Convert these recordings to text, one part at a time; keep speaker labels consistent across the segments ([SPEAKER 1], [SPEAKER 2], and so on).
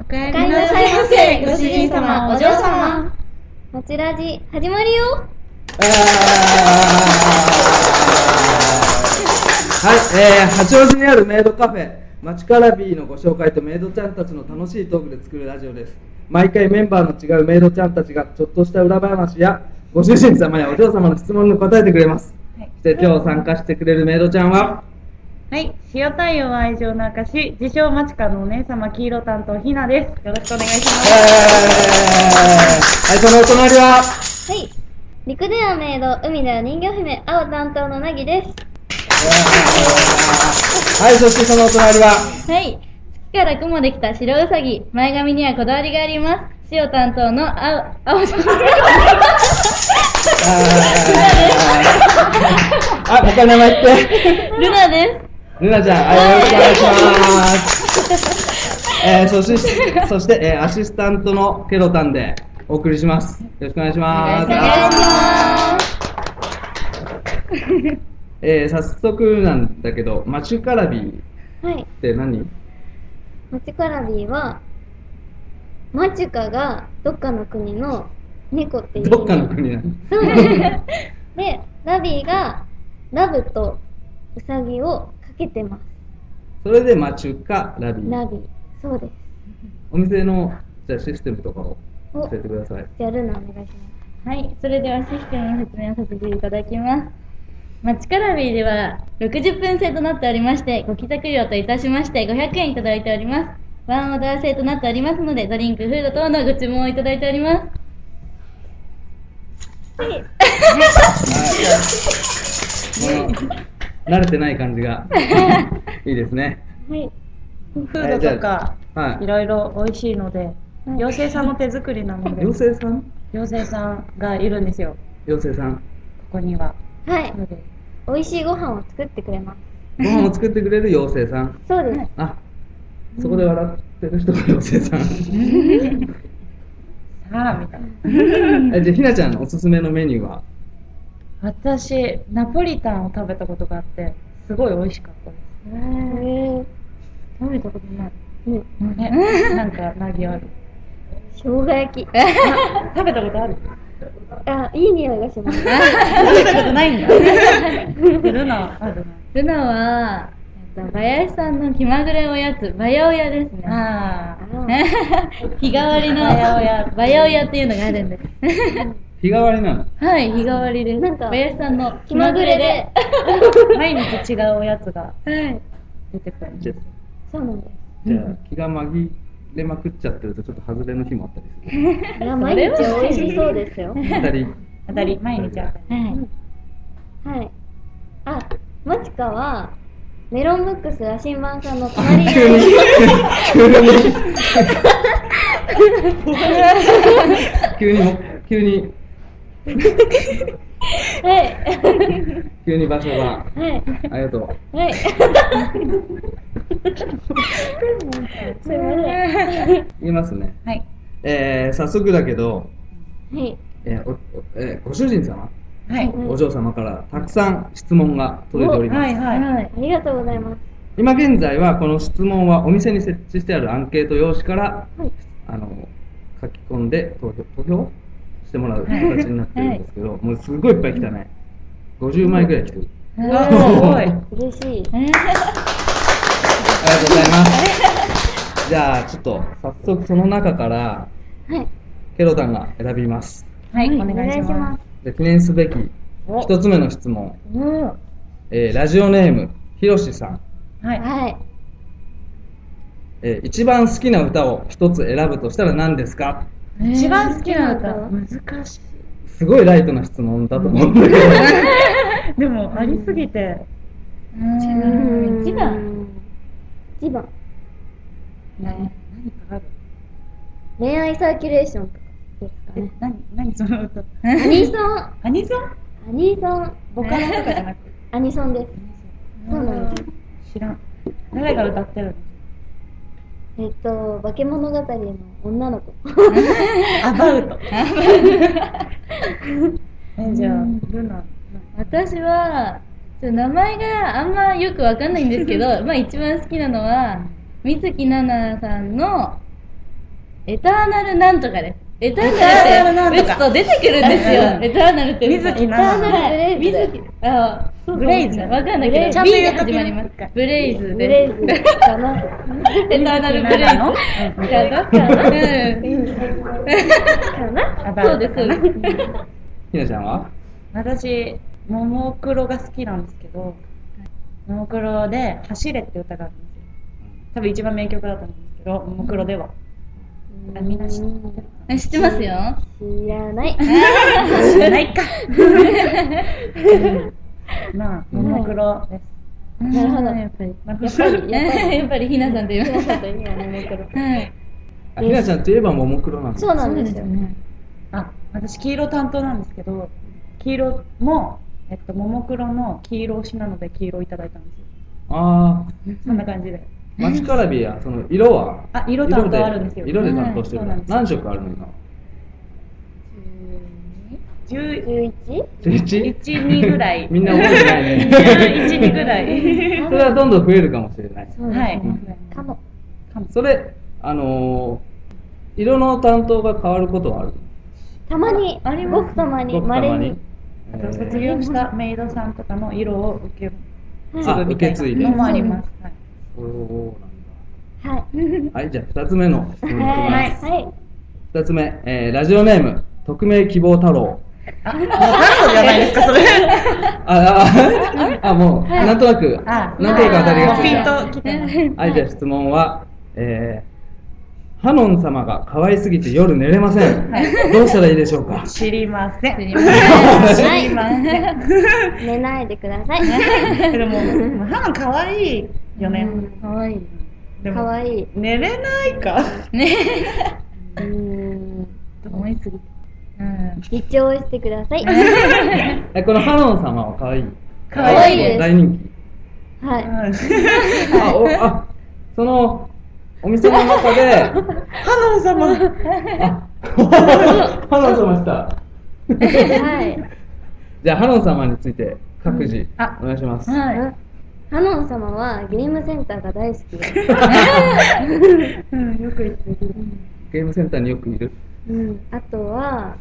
[SPEAKER 1] おかえ
[SPEAKER 2] お
[SPEAKER 1] りなさいませ、ご主人様、お嬢様。。
[SPEAKER 2] もちラジ、始まるよ。
[SPEAKER 3] はい、えー、八王子にあるメイドカフェ、街からビーのご紹介とメイドちゃんたちの楽しいトークで作るラジオです。毎回メンバーの違うメイドちゃんたちがちょっとした裏話やご主人様やお嬢様の質問に答えてくれます。
[SPEAKER 1] はい
[SPEAKER 3] そして今日参加してくれるメイドちゃんは、
[SPEAKER 1] はい、塩太陽は愛情の証、自称マチカのお姉様、黄色担当、ひなです。よろしくお願いしま
[SPEAKER 3] えー、
[SPEAKER 1] す。
[SPEAKER 3] はい、そのお隣は、
[SPEAKER 2] はい。陸ではメイド、海では人魚姫、青担当のなぎです。
[SPEAKER 3] はい、そしてそのお隣 は、
[SPEAKER 2] はい。月から雲できた白うさぎ、前髪にはこだわりがあります。塩担当の青、青じゃない。
[SPEAKER 3] あ、他の名前言って。
[SPEAKER 2] ルナで
[SPEAKER 3] ルナちゃん、はい、よろしくお願いします。えー、そして、そして、えー、アシスタントのケロタンでお送りします。よろしくお願いします。
[SPEAKER 1] お願いし
[SPEAKER 2] ます。
[SPEAKER 3] えー、早速なんだけど、マチュカラビーっ
[SPEAKER 2] はい。
[SPEAKER 3] て何
[SPEAKER 2] マチュカラビーは、マチュカがどっかの国の猫っていう。
[SPEAKER 3] どっかの国なの
[SPEAKER 2] そうなんです。 で、ラビーがラブとウサギをかけてます。
[SPEAKER 3] それでマチュカラビ
[SPEAKER 2] ラ
[SPEAKER 3] ー。
[SPEAKER 2] ビー。そうです。
[SPEAKER 3] お店のじゃあシステムとかを
[SPEAKER 2] お
[SPEAKER 3] 教えてください。
[SPEAKER 2] じゃあルナお願いしま
[SPEAKER 4] はい、それではシステムの説明をさせていただきます。マチカラビーでは60分制となっておりまして、ご帰宅料といたしまして500円いただいております。ワンオーダー制となっておりますので、ドリンク、フード等のご注文をいただいております。
[SPEAKER 3] はい慣れてない感じがいいですね。
[SPEAKER 1] はい。フードとか、
[SPEAKER 3] はい
[SPEAKER 1] いろいろ美味しいので、妖精さんの手作りなので、
[SPEAKER 3] 妖精さん
[SPEAKER 1] 妖精さんがいるんですよ、
[SPEAKER 3] 妖精さん。
[SPEAKER 1] ここには。
[SPEAKER 2] す。はい
[SPEAKER 1] な。ので
[SPEAKER 2] 美味しいご飯を作ってくれます。
[SPEAKER 3] ご飯を作ってくれる妖精さん。
[SPEAKER 2] そうです。
[SPEAKER 3] あそこで笑ってる人が妖精さん。
[SPEAKER 1] さあ、みたいな。
[SPEAKER 3] えじゃあ、ひなちゃんのおすすめのメニューは
[SPEAKER 1] 私、ナポリタンを食べたことがあって、すごい美味しかったです。
[SPEAKER 2] へ
[SPEAKER 1] 食べたことない。ね、
[SPEAKER 2] え。
[SPEAKER 1] なんか、なぎある。
[SPEAKER 2] 生姜焼き。
[SPEAKER 1] 食べたことある
[SPEAKER 2] あ、いい匂いがします。
[SPEAKER 1] 食べたことない んだ。ルナある
[SPEAKER 4] ルナは、えっと、バヤシさんの気まぐれおやつ、バヤオヤですね。
[SPEAKER 1] な。ああ。
[SPEAKER 4] 日替わりのバヤオヤ、バヤオヤっていうのがあるんです。
[SPEAKER 3] 日替わりなの。
[SPEAKER 4] はい、日替わりです。
[SPEAKER 2] なんか
[SPEAKER 4] バヤシさんの
[SPEAKER 2] 気まぐれで。。
[SPEAKER 1] 毎日違うおやつが
[SPEAKER 4] はい。
[SPEAKER 1] 出てくるん
[SPEAKER 3] じゃ
[SPEAKER 1] で
[SPEAKER 3] あ
[SPEAKER 1] す。
[SPEAKER 2] そうなんで
[SPEAKER 3] じゃあ気が紛れまくっちゃってると、ちょっと外れの日もあったりする。
[SPEAKER 2] す。いや、毎日美味しそうですよ。
[SPEAKER 3] 二人
[SPEAKER 1] 当たり、毎日あたり。
[SPEAKER 4] はい。
[SPEAKER 2] はい。あ、マチカは、メロンブックス羅針盤さんの隣にある。
[SPEAKER 3] 急にも、急に、
[SPEAKER 2] はい。
[SPEAKER 3] 急に場所が。
[SPEAKER 2] はい。
[SPEAKER 3] ありがとう。
[SPEAKER 2] はい。 すいません。は
[SPEAKER 3] 言いますね。
[SPEAKER 1] はい。
[SPEAKER 3] えー、早速だけど、
[SPEAKER 2] い。
[SPEAKER 3] えーおえーご主人様、
[SPEAKER 1] はい。
[SPEAKER 3] お嬢様からたくさん質問が届いております。
[SPEAKER 1] はいはい。
[SPEAKER 4] はい。
[SPEAKER 2] ありがとうございます。
[SPEAKER 3] 今現在はこの質問はお店に設置してあるアンケート用紙から、
[SPEAKER 2] はい
[SPEAKER 3] あの書き込んで投票投票してもらう形になってるんですけど、もうすごいいっぱい来たね50枚ぐらい来てる、
[SPEAKER 1] うわすごい。
[SPEAKER 2] 嬉しい。
[SPEAKER 3] ありがとうございますじゃあちょっと早速その中から
[SPEAKER 2] はい。
[SPEAKER 3] ケロタンが選びます
[SPEAKER 1] はい、お願いします。
[SPEAKER 3] で記念すべき
[SPEAKER 1] お
[SPEAKER 3] 1つ目の質問、
[SPEAKER 2] うん。
[SPEAKER 3] えーラジオネームひろしさん、
[SPEAKER 1] はい。
[SPEAKER 2] はい。
[SPEAKER 3] えー一番好きな歌を1つ選ぶとしたら何ですか
[SPEAKER 1] 一番好きな歌、
[SPEAKER 2] 好
[SPEAKER 1] 難しい。
[SPEAKER 3] すごいライトな質問だと思うんだけど
[SPEAKER 1] でも、ありすぎて、
[SPEAKER 4] うーん、一番。。
[SPEAKER 2] 一番。
[SPEAKER 1] 何かある
[SPEAKER 2] 恋愛サーキュレーションとかですか
[SPEAKER 1] え
[SPEAKER 2] ね。、
[SPEAKER 1] 何、何その歌。
[SPEAKER 2] アニソン、ア
[SPEAKER 1] アニソン
[SPEAKER 2] ニソン、
[SPEAKER 1] ボカロとかじゃなくて。
[SPEAKER 2] アニソンです。そうなんです。
[SPEAKER 1] 知らん。誰が歌ってるの
[SPEAKER 2] えっと、化け物語の女の子。
[SPEAKER 1] アバ ウト。え、じゃあ、ルナ。
[SPEAKER 4] 私はちょっと名前があんまよ くわかんないんですけどまあ一番好きなのは水木奈々さんのエターナルなんとかです。エター
[SPEAKER 1] エターナル
[SPEAKER 4] ナ
[SPEAKER 1] なん
[SPEAKER 4] ルって
[SPEAKER 1] とか
[SPEAKER 4] 打つと出てくるんですよ
[SPEAKER 1] う。ん
[SPEAKER 4] エターナルって打つ
[SPEAKER 1] 水
[SPEAKER 4] と。
[SPEAKER 1] 木
[SPEAKER 4] エタ
[SPEAKER 1] 奈
[SPEAKER 4] ー
[SPEAKER 1] 々
[SPEAKER 4] ナル。
[SPEAKER 2] ブレイズだ
[SPEAKER 4] 水木。ああ、
[SPEAKER 1] ブレイズ
[SPEAKER 4] わかんないけど、
[SPEAKER 1] ちゃんと
[SPEAKER 4] B
[SPEAKER 1] 言
[SPEAKER 4] で
[SPEAKER 1] うとき
[SPEAKER 4] 始まります。ブレイズで。
[SPEAKER 2] ブレイズかな。
[SPEAKER 4] エターナルブレイズ。
[SPEAKER 1] の
[SPEAKER 4] いやどっかなうん
[SPEAKER 2] かな
[SPEAKER 4] そうです、そうです。
[SPEAKER 3] ひなちゃんは
[SPEAKER 1] 私ももクロが好きなんですけどももクロで「走れ」って歌があるんですよ多分一番名曲だと思うんですけどももクロではあみんな知ってる
[SPEAKER 4] え知ってますよ。
[SPEAKER 2] 知ら ない。
[SPEAKER 1] 知ら ないかうんまあももクロです
[SPEAKER 2] なるほど
[SPEAKER 4] やっぱり。
[SPEAKER 1] まあ
[SPEAKER 4] やっぱりひなさんと言いま
[SPEAKER 2] 皆
[SPEAKER 4] し
[SPEAKER 2] さんと今のモクロ
[SPEAKER 4] た。はい。
[SPEAKER 3] あひなちゃんといえばももクロなんです
[SPEAKER 2] そうなんですよ。
[SPEAKER 4] ね。
[SPEAKER 1] あ私黄色担当なんですけど黄色もえっとももクロの黄色推しなので黄色いただいたんですよ
[SPEAKER 3] ああ
[SPEAKER 1] そんな感じで
[SPEAKER 3] マチカラビやその色は
[SPEAKER 1] あ色担当あるんですよ
[SPEAKER 3] 色で色で担当してる、
[SPEAKER 1] うんそうなんです
[SPEAKER 3] 何色あるの今
[SPEAKER 1] 11
[SPEAKER 2] 11?
[SPEAKER 3] 11
[SPEAKER 1] 2ぐらい
[SPEAKER 3] みんな覚えてない ね
[SPEAKER 1] 12ぐらい
[SPEAKER 3] それはどんどん増えるかもしれない
[SPEAKER 2] そうです
[SPEAKER 1] はい
[SPEAKER 2] ね。かも。
[SPEAKER 1] かも
[SPEAKER 3] それあのー色の担当が変わることはある
[SPEAKER 2] たまに、
[SPEAKER 1] あります
[SPEAKER 2] ごくたまに、
[SPEAKER 3] 僕た
[SPEAKER 2] まれ
[SPEAKER 3] まに
[SPEAKER 2] に。
[SPEAKER 1] あ
[SPEAKER 3] え
[SPEAKER 1] と
[SPEAKER 3] ー
[SPEAKER 1] 卒業したメイドさんとかの色を受け継
[SPEAKER 3] あ
[SPEAKER 1] ぐみたい
[SPEAKER 3] 受け継いで
[SPEAKER 1] なのもあります。はい
[SPEAKER 3] そうなん
[SPEAKER 2] は
[SPEAKER 3] だはいじゃあ2つ目の質問い
[SPEAKER 2] い。
[SPEAKER 3] きます、
[SPEAKER 2] はい。 はい。
[SPEAKER 3] 2つ目、えーラジオネーム匿名希望太郎
[SPEAKER 1] あ、もう担当じゃないですか、それ。
[SPEAKER 3] あああもう、なんとなく
[SPEAKER 1] あ
[SPEAKER 3] なんとなく当たりがついた
[SPEAKER 1] もうピンときてます
[SPEAKER 3] はい、じゃあ質問は、えー、ハノン様が可愛すぎて夜寝れません。どうしたらいいでしょうか
[SPEAKER 1] 知りません。
[SPEAKER 4] 知
[SPEAKER 1] 知
[SPEAKER 4] り
[SPEAKER 1] り
[SPEAKER 4] ま
[SPEAKER 1] ま
[SPEAKER 4] せん
[SPEAKER 1] せん。
[SPEAKER 2] 寝ないでください。
[SPEAKER 1] でも、もうハンかわいいよね。
[SPEAKER 4] かわいい。
[SPEAKER 1] でも
[SPEAKER 2] かわいい。
[SPEAKER 1] 寝れないか。
[SPEAKER 4] ね。
[SPEAKER 2] うーん。
[SPEAKER 4] 思いすぎて。うん。
[SPEAKER 2] 一応してください。
[SPEAKER 3] えこのハノン様は可愛い。
[SPEAKER 1] 可愛
[SPEAKER 2] いです
[SPEAKER 3] 大人気。
[SPEAKER 2] はい。
[SPEAKER 1] ハ
[SPEAKER 3] あ、お、あ、その、お店の中で、
[SPEAKER 1] ノン様。
[SPEAKER 3] あ、ハノン様した。
[SPEAKER 2] はい。
[SPEAKER 3] じゃあ、ハノン様について各自
[SPEAKER 1] あ、
[SPEAKER 3] お願いします。
[SPEAKER 4] はい。
[SPEAKER 2] ハノン様はゲームセンターが大好きです。
[SPEAKER 1] うん、よく言ってる。
[SPEAKER 3] ゲームセンターによくいる。
[SPEAKER 2] うん。あとは、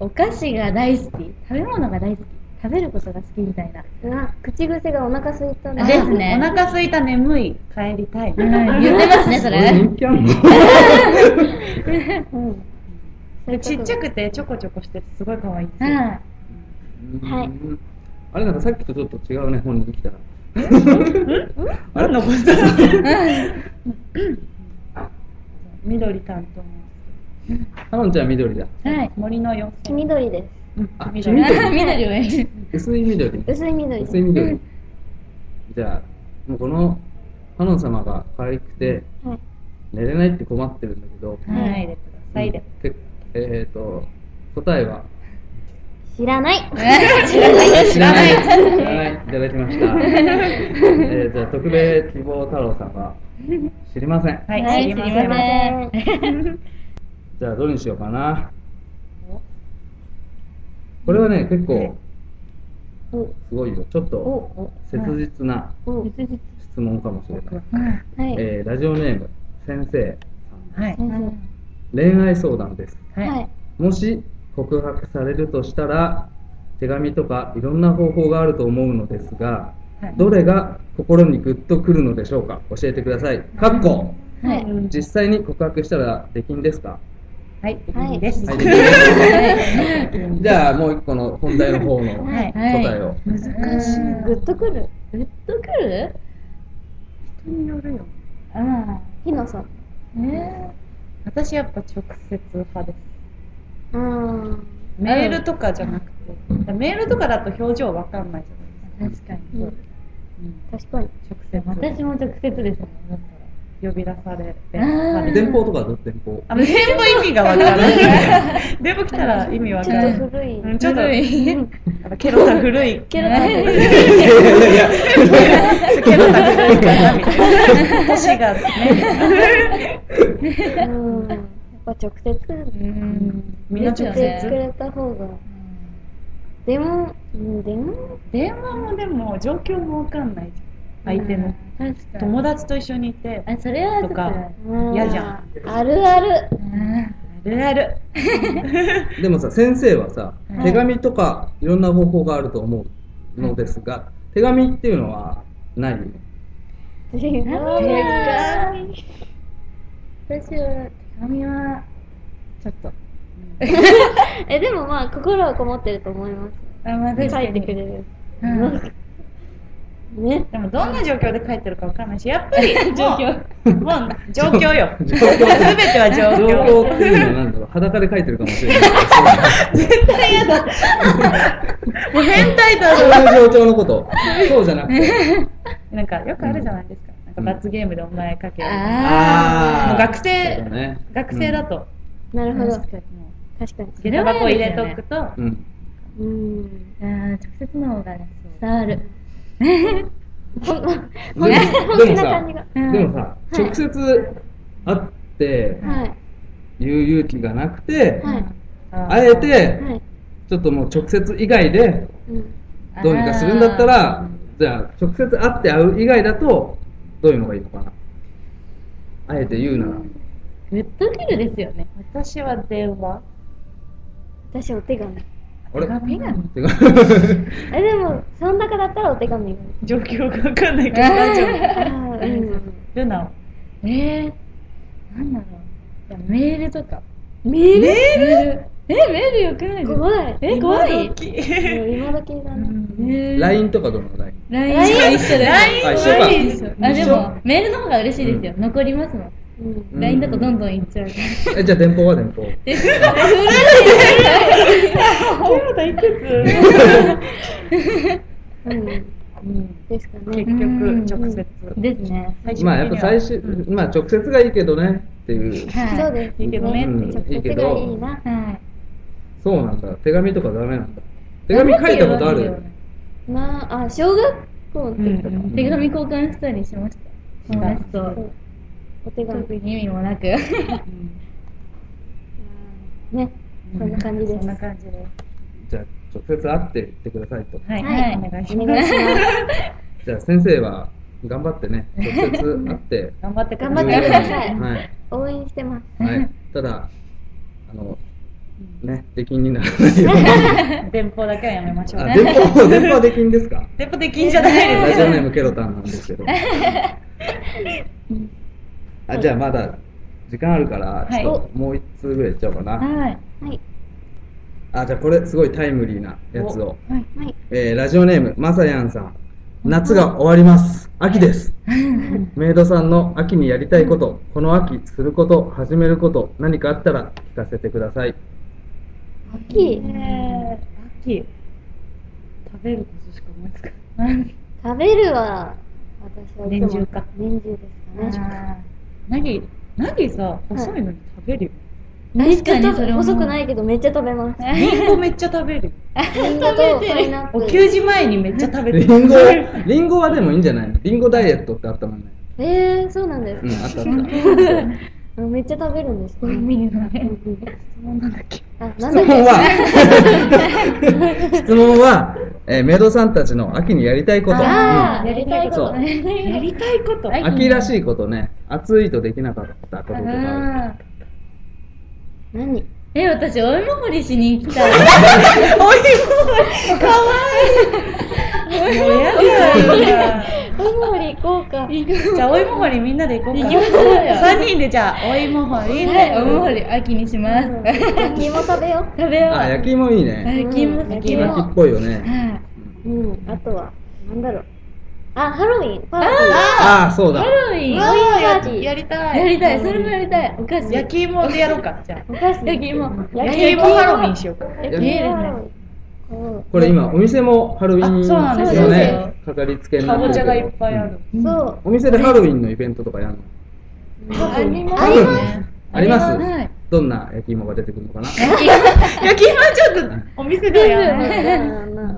[SPEAKER 4] お菓子が大好き。食べ物が大好き。食べることが好きみたいな。
[SPEAKER 2] うわ口癖がお腹空いたな。
[SPEAKER 4] ですね
[SPEAKER 1] お腹すいた眠い帰りたい。
[SPEAKER 4] 言ってますね、そ
[SPEAKER 3] こ
[SPEAKER 4] れ
[SPEAKER 3] れ。人気あるの
[SPEAKER 2] うん。
[SPEAKER 1] でちっちゃ
[SPEAKER 2] く。
[SPEAKER 1] くてちょこちょこしててすごい可愛いんですよ。
[SPEAKER 4] はい。
[SPEAKER 2] はい
[SPEAKER 3] うんあれなんかさっきとちょっと違うね、本人来たら。 あれ
[SPEAKER 1] 何のことだ緑担当
[SPEAKER 3] ハノンちゃん緑だ。
[SPEAKER 4] はい。
[SPEAKER 1] 森の妖
[SPEAKER 2] 黄
[SPEAKER 1] 精
[SPEAKER 2] 緑で
[SPEAKER 3] あ
[SPEAKER 1] 緑
[SPEAKER 3] 黄緑
[SPEAKER 4] 緑を演じる。
[SPEAKER 3] 薄い緑。
[SPEAKER 2] す。薄い緑です。
[SPEAKER 3] 薄い緑、じゃあもうこのカノン様が可愛くて
[SPEAKER 2] はい。
[SPEAKER 3] 寝れないって困ってるんだけど、
[SPEAKER 1] 見ないでくださいで、
[SPEAKER 3] けえっ、と答えは
[SPEAKER 2] 知らない。
[SPEAKER 3] 知らない知らないいただきま した、えー、じゃあ特命希望太郎さんは知りません、
[SPEAKER 1] はい
[SPEAKER 4] はい
[SPEAKER 1] 知りま
[SPEAKER 4] 知りませ
[SPEAKER 1] せん
[SPEAKER 4] ん
[SPEAKER 3] じゃあどれにしようかなこれはね結構すごいよちょっと切実な
[SPEAKER 2] うん
[SPEAKER 3] 質問かもしれない、
[SPEAKER 2] はい。
[SPEAKER 3] えーラジオネーム先生さん
[SPEAKER 1] はい
[SPEAKER 2] 先
[SPEAKER 3] 恋愛相談です
[SPEAKER 2] 生
[SPEAKER 1] はい、
[SPEAKER 2] はい。
[SPEAKER 3] もし告白されるとしたら手紙とかいろんな方法があると思うのですが
[SPEAKER 1] はい
[SPEAKER 3] どれが心にグッとくるのでしょうか教えてくださいかっこ
[SPEAKER 4] はい
[SPEAKER 1] うん
[SPEAKER 3] 実際に告白したらできんですか
[SPEAKER 1] はい
[SPEAKER 2] はい
[SPEAKER 1] いいです、
[SPEAKER 3] はいできんですじゃあもう一個の本題の方の
[SPEAKER 2] は
[SPEAKER 3] 答
[SPEAKER 2] い
[SPEAKER 3] えを、
[SPEAKER 1] 難しい
[SPEAKER 2] グッとくる。
[SPEAKER 4] グッとくる
[SPEAKER 1] 人によるよ
[SPEAKER 4] あ
[SPEAKER 2] ひなさん。
[SPEAKER 4] あ。ね
[SPEAKER 1] 私やっぱ直接派です
[SPEAKER 2] うーん。
[SPEAKER 1] メールとかじゃなくてメールとかだと表情わかんないじゃないですか、
[SPEAKER 4] 確かに。
[SPEAKER 2] う
[SPEAKER 1] う
[SPEAKER 2] ん
[SPEAKER 1] ん
[SPEAKER 2] 確かに。
[SPEAKER 1] 直接
[SPEAKER 4] 私も直接ですね。
[SPEAKER 1] 呼び出されて
[SPEAKER 4] あー
[SPEAKER 3] 電報とかどう電 報
[SPEAKER 1] あの全部意味がわから ない。全部来たら意味わ
[SPEAKER 2] ち
[SPEAKER 1] か
[SPEAKER 2] ょ
[SPEAKER 1] らな
[SPEAKER 2] っ
[SPEAKER 1] い。
[SPEAKER 2] と古い。
[SPEAKER 1] うんちょっと
[SPEAKER 4] 古い
[SPEAKER 1] ねあのケロさん古い。
[SPEAKER 4] ケロさん古い
[SPEAKER 1] い。
[SPEAKER 3] いやいやいや
[SPEAKER 1] ケロさん古いかなみたいな。年がね。
[SPEAKER 2] うん。やっぱ直接くる。
[SPEAKER 4] うん。
[SPEAKER 1] みんな
[SPEAKER 4] ですよ
[SPEAKER 1] 直接
[SPEAKER 2] 直接く
[SPEAKER 4] ね
[SPEAKER 2] れた方が。でも、うんでも、
[SPEAKER 1] 電話もでも状況もわかんないじゃん。相手の。
[SPEAKER 4] うん確かに。
[SPEAKER 1] 友達と一緒にいて。
[SPEAKER 4] あ、それはちょっ
[SPEAKER 1] と
[SPEAKER 4] と
[SPEAKER 1] か嫌じゃん
[SPEAKER 2] あるある。
[SPEAKER 4] うん
[SPEAKER 1] るある。
[SPEAKER 3] でもさ先生はさ、
[SPEAKER 1] はい
[SPEAKER 3] 手紙とかいろんな方法があると思うのですが、手紙っていうのはない
[SPEAKER 2] 手紙
[SPEAKER 4] 私は手紙はちょっと
[SPEAKER 2] え、でもまあ、心はこもってると思います。
[SPEAKER 4] あまあ確
[SPEAKER 2] 書
[SPEAKER 4] か
[SPEAKER 2] いて
[SPEAKER 4] に
[SPEAKER 2] くれる。
[SPEAKER 4] うん
[SPEAKER 2] ね。
[SPEAKER 1] でもどんな状況で書いてるかわかんないし、やっぱり
[SPEAKER 4] 状況
[SPEAKER 1] もうもう状況よ。
[SPEAKER 3] 状
[SPEAKER 1] すべて
[SPEAKER 3] 況
[SPEAKER 1] は状
[SPEAKER 3] 情
[SPEAKER 1] 況。
[SPEAKER 3] 報っていうのは何だろう裸で書いてるかもしれない
[SPEAKER 1] もう変態だ
[SPEAKER 3] そういう情緒のことそうじゃなくて
[SPEAKER 1] なんかよくあるじゃないですか。なんか罰ゲームでお前かける。
[SPEAKER 4] あ
[SPEAKER 1] もう
[SPEAKER 3] あー
[SPEAKER 1] 学
[SPEAKER 3] そうだ
[SPEAKER 1] 生、
[SPEAKER 3] ね
[SPEAKER 1] 学生だと、
[SPEAKER 2] なるほど。
[SPEAKER 4] かに
[SPEAKER 2] 確かに。
[SPEAKER 1] 下駄箱入れとくと、
[SPEAKER 3] うん、うん
[SPEAKER 2] うん。
[SPEAKER 4] あー直接の方がね伝わる
[SPEAKER 2] ほん、
[SPEAKER 3] で
[SPEAKER 2] ほん、
[SPEAKER 3] も
[SPEAKER 2] 本
[SPEAKER 3] で
[SPEAKER 2] 気
[SPEAKER 3] も
[SPEAKER 2] な
[SPEAKER 3] さ
[SPEAKER 2] 感じが。
[SPEAKER 3] で
[SPEAKER 4] うん
[SPEAKER 3] もさ、
[SPEAKER 2] い
[SPEAKER 3] 直接会って
[SPEAKER 2] はい。
[SPEAKER 3] 言う勇気がなくて、
[SPEAKER 2] はい。
[SPEAKER 1] ー
[SPEAKER 3] あえて
[SPEAKER 2] はい。
[SPEAKER 3] ちょっともう直接以外で
[SPEAKER 2] うん。
[SPEAKER 3] どうにかするんだったらじゃあ直接会って会う以外だとどういうのがいいのかなあえて言うなら
[SPEAKER 4] グッドキルですよね
[SPEAKER 1] 私は電話。
[SPEAKER 2] 私、お手紙。
[SPEAKER 3] あれ
[SPEAKER 1] 手紙なの
[SPEAKER 3] てか
[SPEAKER 2] え、でも、そん中だったらお手紙がいい。
[SPEAKER 1] 状況がわかんないけど大丈
[SPEAKER 2] あー うん。
[SPEAKER 1] 夫。ルナを。
[SPEAKER 4] えー、なんだろういやメールとか
[SPEAKER 2] メール
[SPEAKER 4] メールえメールよくないですか
[SPEAKER 2] 怖い。
[SPEAKER 4] え怖い
[SPEAKER 1] 今時
[SPEAKER 2] もう今時だね。
[SPEAKER 4] えー
[SPEAKER 3] LINE とかどうなの LINE
[SPEAKER 4] LINE は一緒です
[SPEAKER 3] あ一緒
[SPEAKER 1] は
[SPEAKER 3] か
[SPEAKER 1] いいですよ
[SPEAKER 4] あで
[SPEAKER 3] 一緒
[SPEAKER 4] もメールの方が嬉しいですよ、残りますもん、
[SPEAKER 2] うん。
[SPEAKER 4] LINE だとどんどんいっちゃうか
[SPEAKER 3] えじゃあ電報は電報
[SPEAKER 1] 手札いくつ、
[SPEAKER 2] うん。
[SPEAKER 1] うん、
[SPEAKER 2] ですかね
[SPEAKER 1] 結。
[SPEAKER 4] うん
[SPEAKER 1] 局、直接。
[SPEAKER 4] ら ですね
[SPEAKER 1] 最終的に
[SPEAKER 3] ま
[SPEAKER 1] は
[SPEAKER 3] あやっぱ最終、まあ直接がいいけどねっていう
[SPEAKER 4] はい
[SPEAKER 2] そうです。
[SPEAKER 1] いいけどね
[SPEAKER 3] うん
[SPEAKER 2] 直
[SPEAKER 3] いいけ
[SPEAKER 2] 接が
[SPEAKER 3] ど
[SPEAKER 2] いいな。
[SPEAKER 4] はい
[SPEAKER 3] そうなんだ手紙とかダメなんだ手紙書いたことある
[SPEAKER 2] まあ、あ、小学校の時とか。
[SPEAKER 4] 手紙交換したりしました
[SPEAKER 1] うん
[SPEAKER 4] 友達と
[SPEAKER 2] お手紙。
[SPEAKER 4] 特に意味もなく
[SPEAKER 1] うん
[SPEAKER 2] ね。そんな感じです
[SPEAKER 1] そんな感じです。
[SPEAKER 3] じゃあ直接会って言ってくださいと
[SPEAKER 1] はい、
[SPEAKER 4] はい
[SPEAKER 1] お願いし
[SPEAKER 2] お
[SPEAKER 1] ま
[SPEAKER 2] 願い
[SPEAKER 1] す。
[SPEAKER 2] します。
[SPEAKER 3] じゃあ先生は頑張ってね直接会って
[SPEAKER 1] 頑張ってくだ
[SPEAKER 2] 頑張
[SPEAKER 1] さ
[SPEAKER 2] っ
[SPEAKER 1] い。
[SPEAKER 2] てください
[SPEAKER 3] はい
[SPEAKER 2] 応援してます。
[SPEAKER 3] はい、ただ、あの、ね、出禁にならないように。
[SPEAKER 1] 電報だけはやめましょう
[SPEAKER 3] あ、
[SPEAKER 1] ね。
[SPEAKER 3] 電報、電報は出禁ですか
[SPEAKER 1] 電報できんじゃないで
[SPEAKER 3] ラ
[SPEAKER 1] す
[SPEAKER 3] ジオ
[SPEAKER 1] よ。
[SPEAKER 3] ネームケロタンなんですけど。あ、じゃあまだ時間あるから、
[SPEAKER 1] はい
[SPEAKER 3] ちょっともう一通ぐらいいっちゃおうかな。
[SPEAKER 4] はい
[SPEAKER 2] はい。
[SPEAKER 3] あ、じゃあこれすごいタイムリーなやつを。
[SPEAKER 2] はい。
[SPEAKER 3] えーラジオネーム、まさやんさん。夏が終わります。秋です。メイドさんの秋にやりたいこと、この秋すること、始めること、何かあったら聞かせてください。
[SPEAKER 2] 秋、
[SPEAKER 1] えー秋。食べることしか思いつかない。
[SPEAKER 2] 食べるは、私はいつも
[SPEAKER 1] 年中か
[SPEAKER 2] 年中ですかね。
[SPEAKER 4] あ
[SPEAKER 1] 何、何さ、細いのに食べるよ。
[SPEAKER 4] ー確かにそれも
[SPEAKER 2] 細くないいけどめっちゃ食べます。
[SPEAKER 1] リンゴめっちゃ食べ るよ。
[SPEAKER 2] みんなとパイナップ
[SPEAKER 1] お
[SPEAKER 2] ル。
[SPEAKER 1] 給仕前にめっちゃ食べて
[SPEAKER 3] リ
[SPEAKER 1] る。
[SPEAKER 3] ンゴ、リンゴはでもいいんじゃないのリンゴダイエットってあったもんね。
[SPEAKER 2] えー、そうなんです
[SPEAKER 3] う
[SPEAKER 2] か
[SPEAKER 3] ん、あったあった。
[SPEAKER 2] あめっちゃ食べるんですか
[SPEAKER 4] 意味の
[SPEAKER 2] う
[SPEAKER 4] ね
[SPEAKER 1] 質
[SPEAKER 2] ん
[SPEAKER 1] 問なんだっけ。
[SPEAKER 2] あ、
[SPEAKER 3] 質
[SPEAKER 2] なんだっ
[SPEAKER 3] 問
[SPEAKER 2] け
[SPEAKER 3] は、 質問は、えーメイドさんたちの秋にやりたいこと。
[SPEAKER 2] あー
[SPEAKER 1] やりたい
[SPEAKER 3] こと
[SPEAKER 1] やりたいこと。
[SPEAKER 3] うん秋らしいことね。暑いとできなかったこととかある。
[SPEAKER 4] あー
[SPEAKER 2] 何
[SPEAKER 4] え私お芋掘りしに行きたい
[SPEAKER 1] もうやだよ。
[SPEAKER 2] お芋掘り行こうか。
[SPEAKER 1] じゃあ、お芋掘りみんなで行こうか。
[SPEAKER 4] 行きましょうよ
[SPEAKER 1] 3人でじゃあ、お芋掘り。
[SPEAKER 4] はいお芋掘り秋にします
[SPEAKER 2] うん焼き芋食べよう。
[SPEAKER 4] 食べよう
[SPEAKER 3] あ、焼き芋いいね。
[SPEAKER 4] 焼き芋好
[SPEAKER 2] う
[SPEAKER 4] き
[SPEAKER 2] ん
[SPEAKER 3] 秋
[SPEAKER 4] は
[SPEAKER 3] っぽいよね。
[SPEAKER 4] い
[SPEAKER 2] うん、あとは、なんだろう。あ、ハロウィン、パーテ
[SPEAKER 3] あー、そうだ
[SPEAKER 4] ハ。ロウィン
[SPEAKER 2] わーや
[SPEAKER 1] やりたい。
[SPEAKER 4] やりたいそれもやりたいお菓子
[SPEAKER 1] 焼き芋でやろうか、じゃ
[SPEAKER 2] ィー。お菓子。
[SPEAKER 4] あ焼き芋
[SPEAKER 1] あ。焼き芋ハロウィンしようか。
[SPEAKER 2] 焼き芋ハロウィン。うん
[SPEAKER 3] これ今、お店もハロウィン
[SPEAKER 1] あそうなん
[SPEAKER 4] です
[SPEAKER 3] の
[SPEAKER 4] よ
[SPEAKER 3] ね、飾り付けにな
[SPEAKER 1] か
[SPEAKER 3] って
[SPEAKER 1] ぼ
[SPEAKER 3] る
[SPEAKER 1] ち
[SPEAKER 3] け
[SPEAKER 1] ゃ
[SPEAKER 3] ど
[SPEAKER 1] がいっぱいある。。
[SPEAKER 2] そう。
[SPEAKER 3] うんお店でハロウィンのイベントとかやるの
[SPEAKER 2] あります
[SPEAKER 3] ありますあります
[SPEAKER 4] ありますはい
[SPEAKER 3] どんな焼き芋が出てくるのかな
[SPEAKER 1] 焼き芋はちょっとお店ではやらない。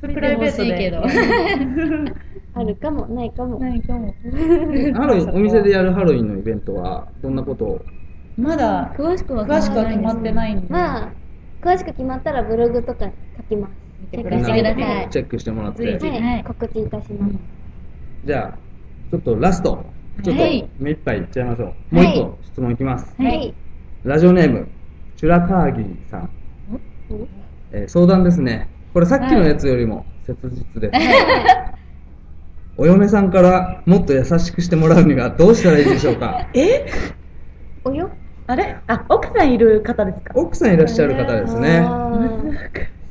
[SPEAKER 1] プ
[SPEAKER 4] プ
[SPEAKER 1] ラ
[SPEAKER 4] ラ
[SPEAKER 1] イ
[SPEAKER 4] イ
[SPEAKER 1] ベー
[SPEAKER 4] ベー
[SPEAKER 1] ト
[SPEAKER 4] ト
[SPEAKER 1] で
[SPEAKER 4] でけど
[SPEAKER 2] あるかも、ないかも。
[SPEAKER 4] 何かも
[SPEAKER 3] ハロウィンお店でやるハロウィンのイベントはどんなことを
[SPEAKER 1] まだ
[SPEAKER 4] 詳しくは
[SPEAKER 1] 詳しくは決まってないんで。
[SPEAKER 2] まあ、詳しく決まったらブログとかに書きます。
[SPEAKER 1] 見
[SPEAKER 4] てく
[SPEAKER 3] チ
[SPEAKER 4] ださい
[SPEAKER 3] ェックしてもらっ
[SPEAKER 1] ぜ
[SPEAKER 3] て
[SPEAKER 1] ひぜ
[SPEAKER 2] はい、
[SPEAKER 4] はい
[SPEAKER 2] 告知いたします。
[SPEAKER 3] じゃあちょっとラストちょっと
[SPEAKER 4] はい
[SPEAKER 3] 目いっぱいいっちゃいましょう、
[SPEAKER 2] はい
[SPEAKER 3] もう一個質問いきます、
[SPEAKER 2] は
[SPEAKER 4] はい
[SPEAKER 2] い。
[SPEAKER 3] ラジオネームチュラカーギーさん、えー相談ですねこれさっきのやつよりも切実です、お嫁さんからもっと優しくしてもらうにはどうしたらいいでしょ うか
[SPEAKER 1] え
[SPEAKER 2] およ
[SPEAKER 1] あれあ、奥さんいる方ですか
[SPEAKER 3] 奥さんいらっしゃる方ですね
[SPEAKER 2] あー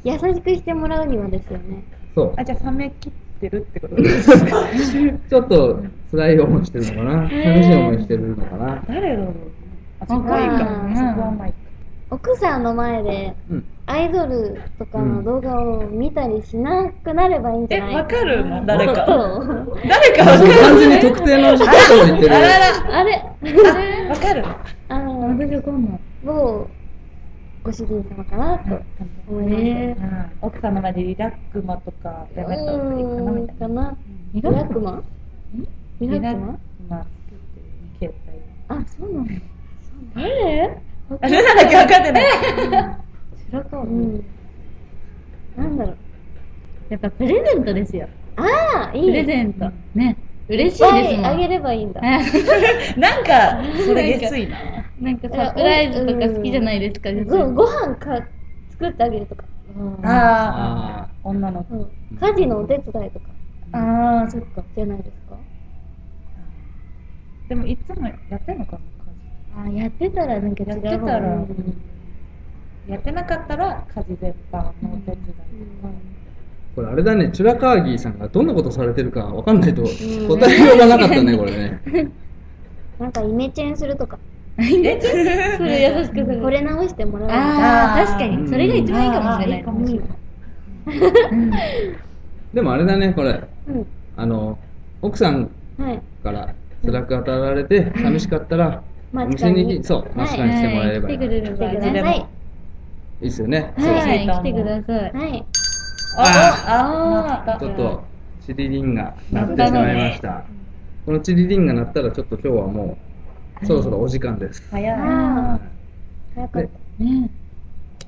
[SPEAKER 2] 優しくしてもらうにはですよね。
[SPEAKER 3] そう
[SPEAKER 1] あ、じゃあ冷め切ってるってこと ですか
[SPEAKER 3] ちょっと辛い思いしてるのかな寂しい思いしてるのかな
[SPEAKER 1] 誰だろうあ、そこ
[SPEAKER 2] わ
[SPEAKER 1] はいいか。そ
[SPEAKER 2] かん
[SPEAKER 1] こ
[SPEAKER 4] ない
[SPEAKER 1] はまあいいか。
[SPEAKER 2] 奥さんの前で
[SPEAKER 3] うん
[SPEAKER 2] アイドルとかの動画を見たりしなくなればいいんじ
[SPEAKER 1] え、
[SPEAKER 2] ゃない
[SPEAKER 1] わかるの誰か。
[SPEAKER 2] そう
[SPEAKER 1] 誰かわか
[SPEAKER 3] そう
[SPEAKER 1] る
[SPEAKER 3] 完全に特定の人を言ってる
[SPEAKER 1] あらら。
[SPEAKER 2] あれ
[SPEAKER 1] わかる
[SPEAKER 2] あ
[SPEAKER 4] あ
[SPEAKER 2] の
[SPEAKER 4] 私わかんない
[SPEAKER 2] 某ご主人様かなと思いました。
[SPEAKER 4] え
[SPEAKER 1] 奥さんの前でリラックマとかやめた方がいいかな
[SPEAKER 2] う
[SPEAKER 1] み
[SPEAKER 2] ん
[SPEAKER 1] たいな。
[SPEAKER 2] かな。
[SPEAKER 4] ミ
[SPEAKER 2] ミ
[SPEAKER 4] ラ
[SPEAKER 2] ラ
[SPEAKER 4] ク
[SPEAKER 2] クマミ
[SPEAKER 1] リ
[SPEAKER 2] ラ
[SPEAKER 1] ラ
[SPEAKER 2] ク
[SPEAKER 1] ッ
[SPEAKER 2] マ
[SPEAKER 1] クマ作ってるね、携帯。
[SPEAKER 2] あ、そうなの。
[SPEAKER 4] 誰
[SPEAKER 1] あルナだけ分かってない。
[SPEAKER 4] 白川
[SPEAKER 2] うん。なんだろう。
[SPEAKER 4] やっぱプレゼントですよ
[SPEAKER 2] ああ、いい。
[SPEAKER 4] プレゼントね嬉しいで
[SPEAKER 2] いっ
[SPEAKER 4] すもん
[SPEAKER 2] ぱいあげればいいんだ。
[SPEAKER 1] なんか、それ下水な。
[SPEAKER 4] なんかサプライズとか好きじゃないですか、女性
[SPEAKER 2] ごご飯か作ってあげるとか。
[SPEAKER 1] ああ、女の
[SPEAKER 2] う
[SPEAKER 1] 子。
[SPEAKER 2] ん。家事のお手伝いとか
[SPEAKER 4] ああそっか
[SPEAKER 2] じゃないですか。
[SPEAKER 1] でも、いつもやってんのかな
[SPEAKER 4] あーやってたらなんか
[SPEAKER 1] 家
[SPEAKER 4] 違
[SPEAKER 1] 事
[SPEAKER 4] う
[SPEAKER 1] やってたら、
[SPEAKER 4] う
[SPEAKER 1] やってなかったら家事全般のお手伝いとか。
[SPEAKER 3] これあれだね、チュラカーギーさんがどんなことされてるかわかんないと答えようがなかったね、これね。
[SPEAKER 2] なんかイメチェンするとか。
[SPEAKER 4] それ優しくする
[SPEAKER 2] これ直してもらうとか。
[SPEAKER 1] あ
[SPEAKER 4] ああ
[SPEAKER 1] ー
[SPEAKER 4] 確かにそれが一番いいかもしれ
[SPEAKER 1] あー
[SPEAKER 4] ない
[SPEAKER 1] いいかもしれない。
[SPEAKER 3] でもあれだね、これ。
[SPEAKER 2] うん。
[SPEAKER 3] あの、奥さん
[SPEAKER 2] はい。
[SPEAKER 3] から辛く当たられて、寂しかったら、お
[SPEAKER 2] まあ
[SPEAKER 3] 店に行き、そう
[SPEAKER 2] は、い
[SPEAKER 3] マシカにしてもらえれば
[SPEAKER 4] はいい、来
[SPEAKER 3] い。
[SPEAKER 4] てく
[SPEAKER 3] い
[SPEAKER 4] れれ
[SPEAKER 2] 来
[SPEAKER 4] ば
[SPEAKER 2] てくだ
[SPEAKER 4] ね
[SPEAKER 2] さい。
[SPEAKER 3] いですよね。そう
[SPEAKER 4] はい
[SPEAKER 1] そうそう
[SPEAKER 4] 来てください
[SPEAKER 2] はい。
[SPEAKER 1] ああ、あ
[SPEAKER 3] ちょっ
[SPEAKER 1] あ
[SPEAKER 3] と、チリリンが鳴ってしまいました。このチリリンが鳴ったら、ちょっと今日はもう、そろそろお時間です。
[SPEAKER 1] 早い。
[SPEAKER 2] あ
[SPEAKER 3] は
[SPEAKER 2] あ、早かっ
[SPEAKER 3] いで
[SPEAKER 2] た。、
[SPEAKER 4] ね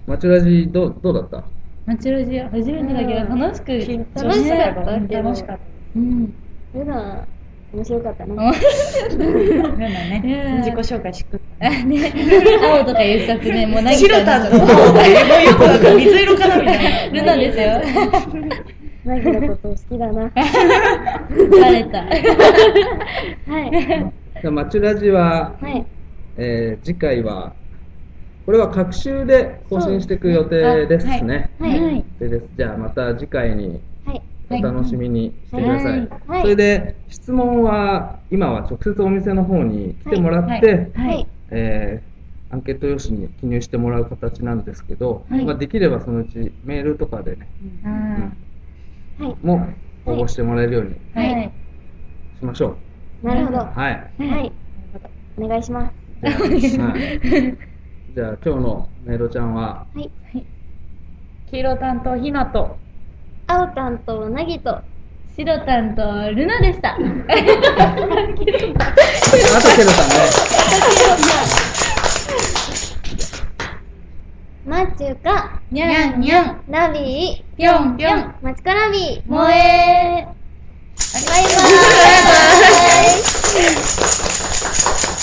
[SPEAKER 3] マチュラジどう、どうだった
[SPEAKER 4] マチュラジオ初めてだけど楽しく、
[SPEAKER 1] 緊張
[SPEAKER 2] 楽しかった
[SPEAKER 1] ね
[SPEAKER 2] けど
[SPEAKER 1] 楽しかっ
[SPEAKER 4] うん
[SPEAKER 2] ルナ、面白かったな。
[SPEAKER 1] た。ルナね
[SPEAKER 4] うん、
[SPEAKER 1] 自己紹介しくった。
[SPEAKER 4] あね青とかいう2つねもう何
[SPEAKER 1] 白
[SPEAKER 4] か
[SPEAKER 1] たんの 方がよくなんか 水色かなみたいな。
[SPEAKER 4] ルナですよ
[SPEAKER 2] マギのこと好きだな。は
[SPEAKER 4] バレた
[SPEAKER 2] い。
[SPEAKER 3] じゃあマチュラジは、
[SPEAKER 2] はい。
[SPEAKER 3] えー次回はこれは各週で更新していく予定ですね。
[SPEAKER 2] はい。はい。
[SPEAKER 3] でですじゃあまた次回に
[SPEAKER 2] はい。
[SPEAKER 3] お楽しみにしてください。
[SPEAKER 2] はい
[SPEAKER 3] それで質問は今は直接お店の方に来てもらって、
[SPEAKER 2] はい。
[SPEAKER 3] えーアンケート用紙に記入してもらう形なんですけど、
[SPEAKER 4] はい
[SPEAKER 3] まあ、できればそのうちメールとかでね、
[SPEAKER 4] あ
[SPEAKER 2] はい。
[SPEAKER 3] もう応募してもらえるように
[SPEAKER 4] ーはい
[SPEAKER 3] しましょ
[SPEAKER 2] なるほど。
[SPEAKER 3] う。
[SPEAKER 2] は
[SPEAKER 3] はい。
[SPEAKER 2] い。お願いします。
[SPEAKER 3] じゃあ、はい、じゃあ今日のメイドちゃんは
[SPEAKER 2] はい。
[SPEAKER 1] 黄色担当ひなと。
[SPEAKER 2] あおたんとなぎと。
[SPEAKER 4] 白タンとルナでした
[SPEAKER 3] あとケロさんね。
[SPEAKER 2] まちゅか、
[SPEAKER 4] にゃんにゃん
[SPEAKER 2] ラビ
[SPEAKER 4] ぴょんぴょん
[SPEAKER 2] ー、まちからびー。バイ
[SPEAKER 4] 萌え
[SPEAKER 2] バーイ。